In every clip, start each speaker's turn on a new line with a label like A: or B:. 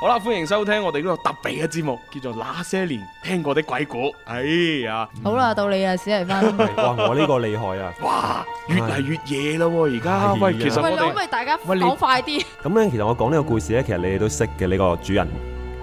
A: 好啦，歡迎收聽我哋呢個特別嘅節目，叫做《那些年聽過的鬼故》。哎呀，
B: 好啦，到你啊，史提芬。
C: 係哇！我呢個厲害啊！
A: 哇，越嚟越夜啦喎，而家
C: 係
A: 喂，
C: 啊
A: 其實
B: 喂，
A: 我
B: 你可唔
A: 哋
B: 可以大家
C: 喂你
B: 講快啲？
C: 咁咧，其實我講呢個故事咧，其實你哋都識嘅呢個主人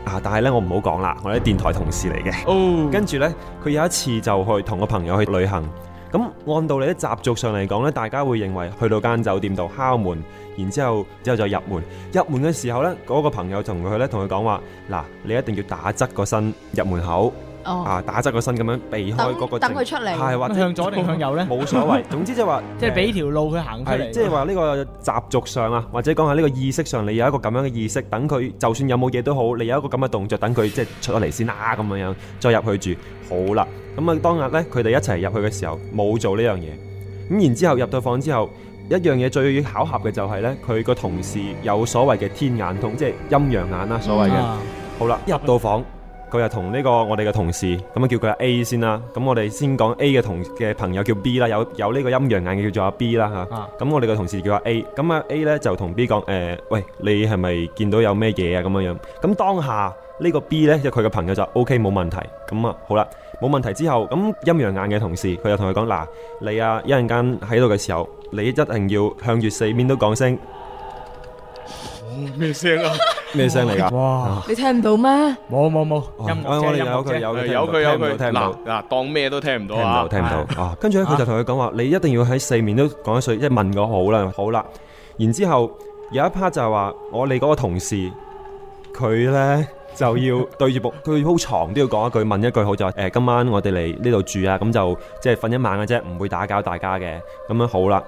C: 啊，但係咧我唔好講啦，我哋啲電台同事嚟
B: 嗯
C: 嘅。
A: 哦，
C: 跟住呢，佢有一次就去同個朋友去旅行。咁按道理咧，習俗上嚟講呢，大家會認為去到間酒店度敲門，然之後之後就入門。入門嘅時候呢，嗰、個朋友同佢咧同佢講話：嗱，你一定要打側個身入門口
B: 哦，
C: 啊，打側個身咁樣避開嗰個
B: 等等佢
C: 正
B: 出
C: 係
B: 嚟。
C: 或
D: 咁
C: 者
D: 向左定向右咧？
C: 冇所謂。總之即係話
D: 即係俾條路佢行出
C: 係，
D: 嚟。
C: 即係話呢個習俗上啊，或者講下呢個意識上，你有一個咁樣嘅意識，等佢就算有冇嘢都好，你有一個咁嘅動作，等佢即係出咗嚟先啦，咁樣樣再入去住，好啦。咁啊，當日呢，佢哋一齊入去嘅時候冇做呢樣嘢，咁然之後入到房之後，一樣嘢最巧合嘅就係呢，佢個同事有所謂嘅天眼通，即係陰陽眼啦，所謂嘅。
D: 啊
C: 好啦，一入到房，佢就同呢個我哋嘅同事，咁啊叫佢阿 A 先啦。咁我哋先講 A 嘅同嘅朋友叫 B 啦，有有呢個陰陽眼嘅叫做阿 B 啦吓。
D: 啊
C: 咁我哋嘅同事叫阿 A，咁阿 A 咧就同 B 講誒、呃喂，你係咪見到有咩嘢啊？咁樣樣。咁當下呢個 B 咧，即係佢嘅朋友就 O K 冇問題。咁啊，好啦，冇問題之後，咁陰陽眼嘅同事佢就同佢講嗱，你啊一陣間喺度嘅時候，你一定要向住四面都講聲
A: 哦咩聲啊？
C: 咩聲嚟㗎？
D: 哇！
B: 你聽唔到咩？
D: 冇冇冇，音
C: 哎
D: 樂
C: 我哋
D: 啫，音
C: 有
D: 樂
C: 佢
D: 啫。
C: 有佢
A: 有佢有佢，
C: 聽唔到
A: 嗱。嗱，當咩都聽唔到
C: 聽唔
A: 啊
C: 到，！聽唔到啊！跟住咧，佢就同佢講話：你一定要喺四面都講一水，一問個好啦，好啦。然之後有一 part 就係話，我哋嗰個同事佢呢就要 對住部佢鋪床都要講一句問一句好，就話誒今晚我哋嚟呢度住啊，咁就即係瞓一晚嘅啫，唔會打攪大家嘅，咁樣好啦。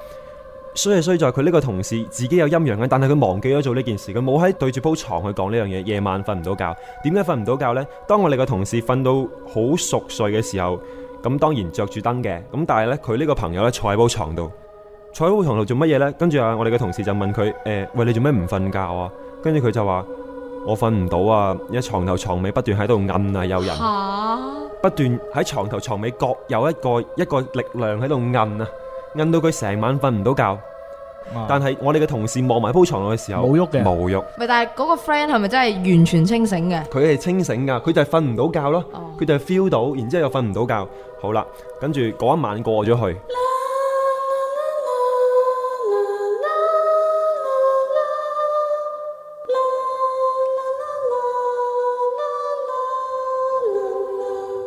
C: 衰係衰在佢呢個同事自己有陰陽眼，但係佢忘記咗做呢件事，佢冇喺對住鋪床去講呢樣嘢，夜晚瞓唔到覺。點解瞓唔到覺呢？當我哋個同事瞓到好熟睡嘅時候，咁當然着住燈嘅，咁但係呢，佢呢個朋友呢，坐喺鋪床度，坐喺鋪床度做乜嘢呢？跟住啊，我哋嘅同事就問佢：誒、喂，你做咩唔瞓覺啊？跟住佢就話：我瞓唔到啊，因為床頭床尾不斷喺度摁啊，有人。
B: 嚇！
C: 不斷喺床頭床尾各有一個一個力量喺度摁啊，摁到佢成晚瞓唔到覺。
D: 啊
C: 但係我哋嘅同事望埋鋪床落嘅時候，
D: 冇喐嘅
C: 冇喐。
B: 咪但係嗰個 friend 係咪真係完全清醒嘅？
C: 佢係清醒噶，佢就係瞓唔到覺咯
B: 哦，
C: 佢就係 feel 到，然之後又瞓唔到覺。好啦，跟住嗰一晚過咗去，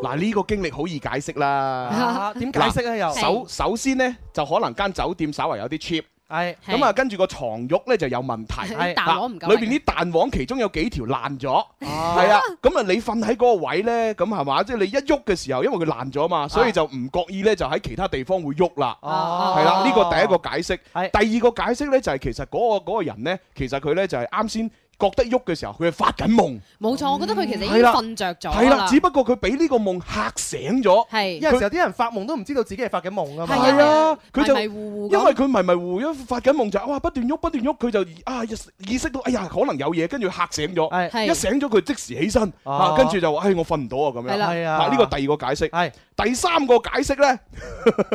A: 嗱，呢個經歷好易解釋啦。
D: 啊點解釋咧？又
B: 嗱
A: 首首先呢，就可能間酒店稍為有啲 cheap，
D: 係
A: 咁啊，跟住個床褥呢就有 問題。
D: 係
E: 蛋黃唔夠力。
A: 裏邊啲蛋黃其中有幾條爛咗，係啊，咁啊你瞓喺嗰個位呢，咁係嘛，即係你一喐嘅時候，因為佢爛咗嘛，所以就唔覺意呢，就喺其他地方會喐啦，
F: Ờ.
D: 哦
A: 係啦，呢個第一個解釋。
D: 係
A: 第二個解釋呢，就係其實嗰個嗰個人呢，其實佢呢，就係啱先覺得喐嘅時候，佢係發緊夢，
E: 冇錯，我覺得佢其實已
A: 嗯係
E: 經
A: 啦
E: 瞓着咗
A: 係啦，
E: 啦。
A: 只不過佢俾呢個夢嚇醒咗，
E: 係
F: 有陣時有啲人發夢都唔知道自己係發緊夢噶嘛。
E: 係
A: 係啊，佢就。
E: 迷迷糊糊
A: 因
E: 咁
A: 為佢迷迷糊糊一發緊夢就哇不斷喐不斷喐，佢就啊意識到哎呀可能有嘢，跟住嚇醒咗，
F: 係
A: 一醒咗佢即時起身，
F: 哦
A: 啊跟住就話唉我瞓唔到啊咁
E: 係
A: 樣
E: 啦。
F: 係
A: 啊
F: 啊，
A: 呢個第二個解釋，
F: 係
A: 第三個解釋呢，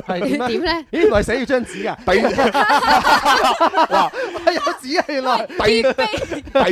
F: 係點咧？
E: 係點咧？
F: 咦，原來寫住張紙啊！
A: 第
F: 有紙啊，原來
A: 第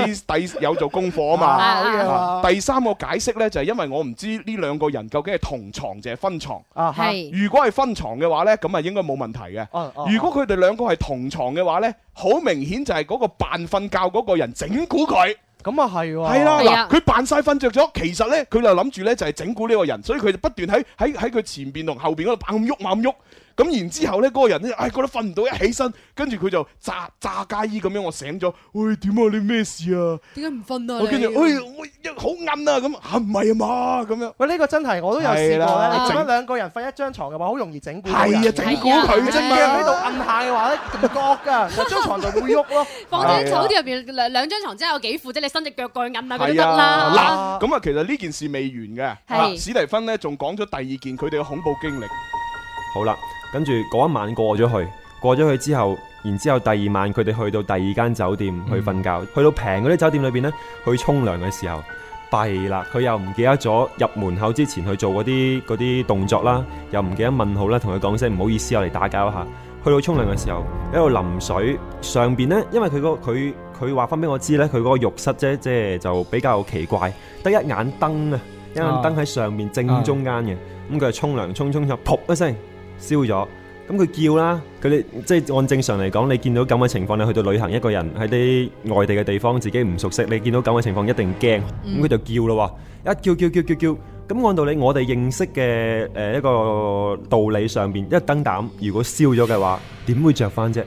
A: 第第有做功課啊嘛。
F: 啊，好嘢
A: 啊
F: 喎！
A: 第三個解釋呢，就係因為我唔知呢兩個人究竟係同床定係分床。
F: 啊，嚇
E: 係
A: 如果係分床嘅話呢，咁啊應該冇問題嘅。
F: 哦哦
A: 如果佢哋兩個係同床嘅話呢，好明顯就係嗰個扮瞓覺嗰個人整蠱佢。
F: 咁啊係喎，
A: 係啦，
E: 係啊
A: 嗱，佢扮晒瞓着咗，其實呢，佢就諗住呢就係整蠱呢個人，所以佢就不斷喺喺喺佢前邊同後邊嗰度猛咁喐猛咁喐，咁然之後呢，嗰個人呢，唉覺得瞓唔到，一起身，跟住佢就炸炸街衣咁樣，我醒咗，喂點啊你咩事啊？
E: 點解唔瞓啊你？
A: 我跟住，哎我一好暗啊咁，嚇唔係啊嘛咁樣，
F: 喂呢個真係我都有試
A: 係
F: 過
A: 啦
F: 咧。你
A: 整
F: 咁樣兩個人瞓一張床嘅話，好容易整蠱到人。
A: 係啊整蠱佢啫
E: 係啊
F: 你喺度
A: 嘛，
F: 摁下嘅話咧，唔覺㗎，就張床度會喐咯。
E: 放咗
A: 啊
E: 啲酒店入邊兩兩張床之後有幾副啫？你伸只腳過去摁下佢都
A: 係
E: 得啦。
A: 啊，嗱咁啊其實呢件事未完嘅，
E: 係
A: 嗱史蒂芬呢仲講咗第二件佢哋嘅恐怖經歷，
C: 好啦，跟住嗰一晚過咗去，過咗去之後，然之後第二晚佢哋去到第二間酒店去瞓覺，去到平嗰啲酒店裏邊呢，去沖涼嘅時候。弊啦！佢又唔記得咗入門口之前去做嗰啲嗰啲動作啦，又唔記得問好啦，同佢講聲唔好意思，我嚟打攪一下。去到沖涼嘅時候喺度淋水，上邊呢，因為佢個佢佢話翻俾我知呢，佢嗰個浴室啫，即係就比較奇怪，得一眼燈啊，一眼燈喺上面正中間嘅，咁佢就沖涼沖沖就噗一聲燒咗。咁佢叫啦，佢哋即係按正常嚟講，你見到咁嘅情況，你去到旅行一個人喺啲外地嘅地方，自己唔熟悉，你見到咁嘅情況一定驚，
B: 嗯
C: 咁佢就叫咯喎，一叫叫叫叫叫，咁按道理我哋認識嘅誒一個道理上邊，一燈膽如果燒咗嘅話，點會着翻啫？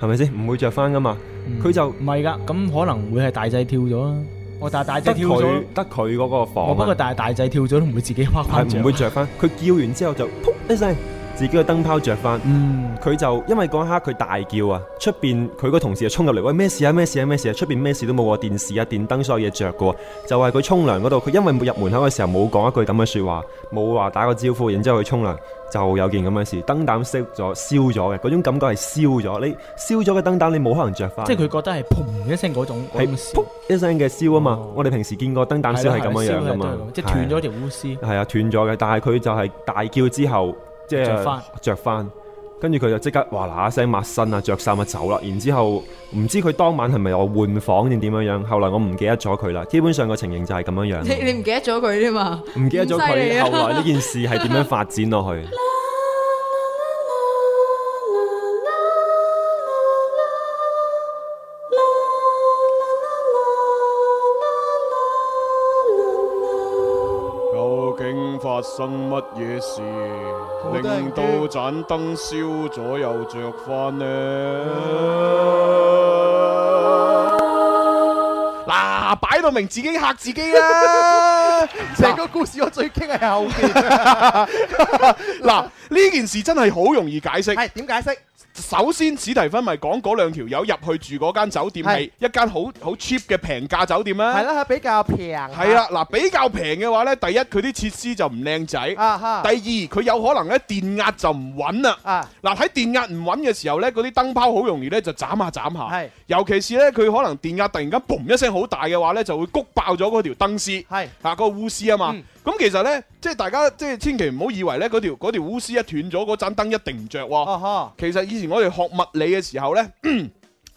C: 係咪先？唔會着翻噶嘛？佢就
D: 唔係㗎，咁可能會係大仔跳咗啊！我但係大
C: 得
D: 仔跳咗
C: 佢，得佢嗰個
D: 我
C: 房
D: 不過
C: 啊，
D: 但係大仔跳咗都唔會自己畫翻
C: 係唔會着翻。佢叫完之後就噗一聲，自己個燈泡着翻。
D: 嗯，
C: 佢就因為嗰一刻佢大叫啊，出邊佢個同事就衝入嚟，喂咩事啊咩事啊咩事啊，出邊咩事都冇喎，電視啊電燈所有嘢着嘅喎，就係佢沖涼嗰度，佢因為入門口嘅時候冇講一句咁嘅説話，冇話打個招呼，然之後去沖涼就有件咁嘅事，燈膽熄咗燒咗嘅，嗰種感覺係燒咗，你燒咗嘅燈膽你冇可能着翻，
D: 即係佢覺得係砰一聲嗰種
C: 係
D: 咁嘅
C: 噗一聲嘅燒啊嘛，
D: 哦
C: 我哋平時見過燈膽燒係咁樣樣噶嘛，
D: 即係
C: 係啊
D: 斷咗條烏絲，
C: 係啊，斷咗嘅，但係佢就係大叫之後，即係
D: 着返
C: 着翻，跟住佢就即刻哇嗱嗱聲抹身啊，着衫啊走啦。然之後唔知佢當晚係咪我換房定點樣樣，後來我唔記得咗佢啦。基本上個情形就係咁樣
B: 你
C: 樣，
B: 你唔記得咗佢啊啫嘛？
C: 唔記得咗
B: 咁犀利
C: 佢
B: 啊
C: 後來呢件事係點樣發展落去。
A: 究竟發生乜嘢事，
F: 好得人
A: 令
F: 驚
A: 到盞燈燒咗又着翻呢？嗱，擺到明自己嚇自己啦！
F: 成個故事我最驚係後邊，
A: 嗱，呢件事真係好容易解釋。
F: 係點解釋？
A: 首先，史提芬咪講嗰兩條友入去住嗰間酒店係
F: 係
A: 一間好好 cheap 嘅平價酒店啦。
F: 係啦，比較平。
A: 係，啦，嗱，比較平嘅話呢，第一佢啲設施就唔靚仔，第
F: 啊哈，
A: 二佢有可能咧電壓就唔穩啦。
F: 啊
A: 嗱喺電壓唔穩嘅時候呢，嗰啲燈泡好容易呢就斬下斬下，
F: 係
A: 尤其是呢，佢可能電壓突然間嘣一聲好大嘅話呢，就會谷爆咗嗰條燈絲，
F: 係
A: 啊嗰個鎢絲啊嘛
F: 嗯。
A: 咁其實呢，即係大家即係千祈唔好以為呢嗰條嗰條鎢絲一斷咗，嗰盞燈一定唔着喎。
F: 啊哈，
A: 其實以前我哋學物理嘅時候呢，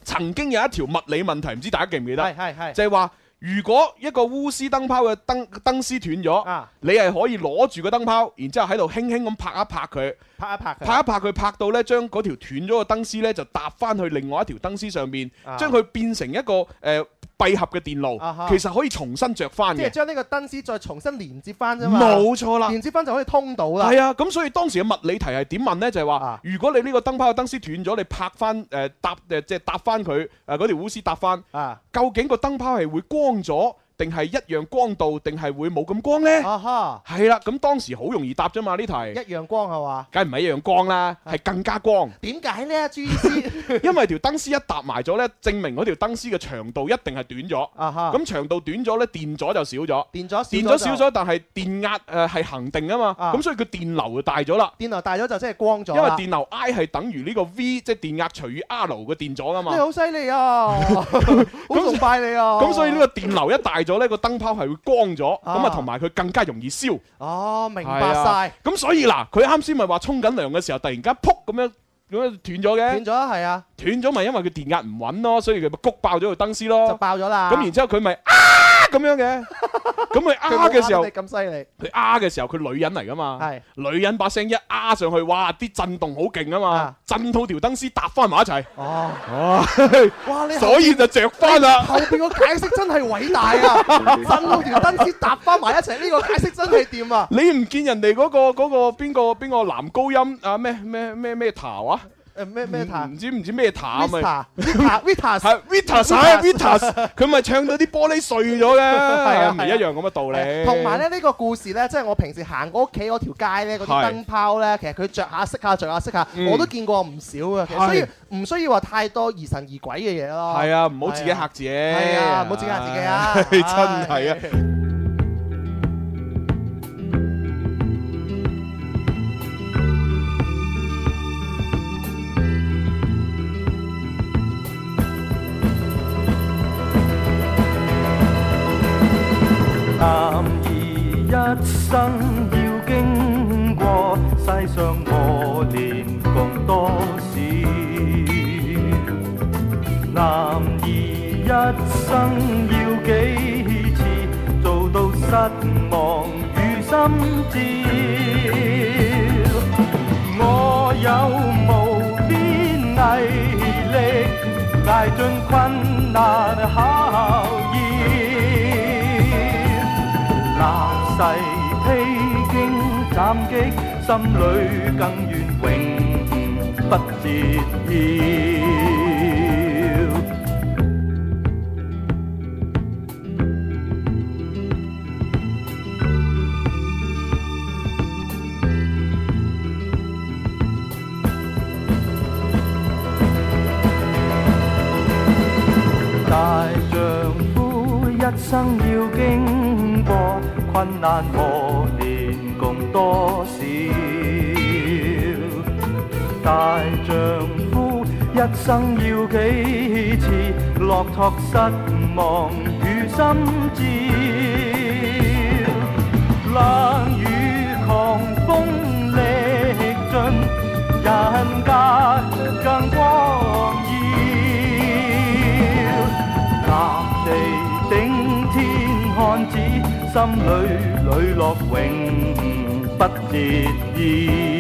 A: 曾經有一條物理問題，唔知大家記唔記得
F: 係？係係
A: 就係話如果一個鎢絲燈泡嘅燈燈絲斷咗，
F: 啊，
A: 你係可以攞住個燈泡，然之後喺度輕輕咁拍一拍佢。
F: 拍一拍佢，
A: 拍一拍佢，拍到咧將嗰條斷咗嘅燈絲咧就搭翻去另外一條燈絲上面，
F: 啊
A: 將佢變成一個誒、呃、閉合嘅電路，
F: 啊哈
A: 其實可以重新着翻
F: 即係
A: 嘅，
F: 將呢個燈絲再重新連接翻啫嘛。，
A: 冇錯啦。
F: 連接翻就可以通到啦。
A: 係啊，咁所以當時嘅物理題係點問呢？就係話
F: 啊，
A: 如果你呢個燈泡嘅燈絲斷咗，你拍翻誒搭誒即係搭翻佢誒嗰條鎢絲搭翻，
F: 啊，
A: 究竟個燈泡係會光咗，定係一樣光度，定係會冇咁光呢？
F: 啊哈，
A: 係啦，咁當時好容易答啫嘛呢
F: 一啊
A: 題，
F: 樣光係 嘛？
A: 梗係唔係一樣光啦，係更 加光。
F: 點解呢？朱醫師，
A: 因為條燈絲一搭埋咗呢，證明嗰條燈絲嘅長度一定係短咗。
F: 啊哈，
A: 咁長度短咗呢，電阻就少咗。
F: 電咗
A: 電咗
F: 就
A: 少，咗，但係電壓誒係恒定啊嘛，
F: 啊
A: 咁所以佢電流就大咗啦。
F: 電流大咗就即係光咗
A: 因為
F: 啦。
A: 電流 I 係等於呢個 V，即係電壓除以 R 嘅電阻啊
F: 你
A: 嘛。
F: 好犀利 啊！好崇拜你啊！
A: 咁所以呢個電流一大咗呢，個燈泡係會光咗，咁啊
F: 啊
A: 同埋佢更加容易燒。
F: 哦，明
A: 係
F: 白
A: 啊
F: 晒，
A: 咁所以嗱，佢啱先咪話沖緊涼嘅時候，突然間噗咁樣咁樣斷咗
F: 斷
A: 嘅，
F: 咗啦係啊，
A: 斷咗咪因為佢電壓唔穩咯，所以佢咪谷爆咗條燈絲
F: 就
A: 咯。
F: 爆咗啦。
A: 咁然之後佢咪啊咁樣 嘅，咁佢啊嘅時候，啊
F: 咁犀利，
A: 佢啊嘅時候，佢女人嚟噶嘛，
F: 係
A: 女人把聲一啊上去，哇！啲震動好勁啊嘛
F: 啊，
A: 震到條燈絲搭翻埋一齊，
F: 哦，哇！你
A: 所以就着翻啦。
F: 後邊個解釋真係偉大 啊！震到條燈絲搭翻埋一齊，呢個解釋真係掂啊！
A: 你唔見人哋嗰個嗰個邊個邊個男高音啊咩咩咩咩頭啊？
F: 誒咩咩
A: 唔
F: 彈
A: 唔知唔知咩頭啊咪？
F: ？Vita，Vita，Vita，
A: 係 Vitas 係 Vitas，佢咪唱到啲玻璃碎 咗嘅，係啊，唔一樣咁嘅道理。
F: 啊同埋咧呢個故事咧，即係我平時行我屋企嗰條街咧，嗰啲
A: 係
F: 燈泡咧，其實佢着下熄下着下熄下
A: 嗯，
F: 我都見過唔少嘅，其實
A: 係
F: 所以唔需要話太多疑神疑鬼嘅嘢咯。
A: 係啊，唔好自己
F: 係啊
A: 嚇自己。
F: 係啊，唔好自己嚇自己啊！
A: 唉真係啊！
G: 男兒一生要經過世上磨練，共多少要幾次做到失望與心焦？我有無邊毅力，捱盡困難考驗。立誓披荊斬棘，心裏更願永不折腰。大丈夫一生要經過困難磨練，共多少？大丈夫一生要幾次落拓失望與心焦，冷雨狂風歷盡，人間更光耀。踏地頂天漢子，心裏磊落永不折腰。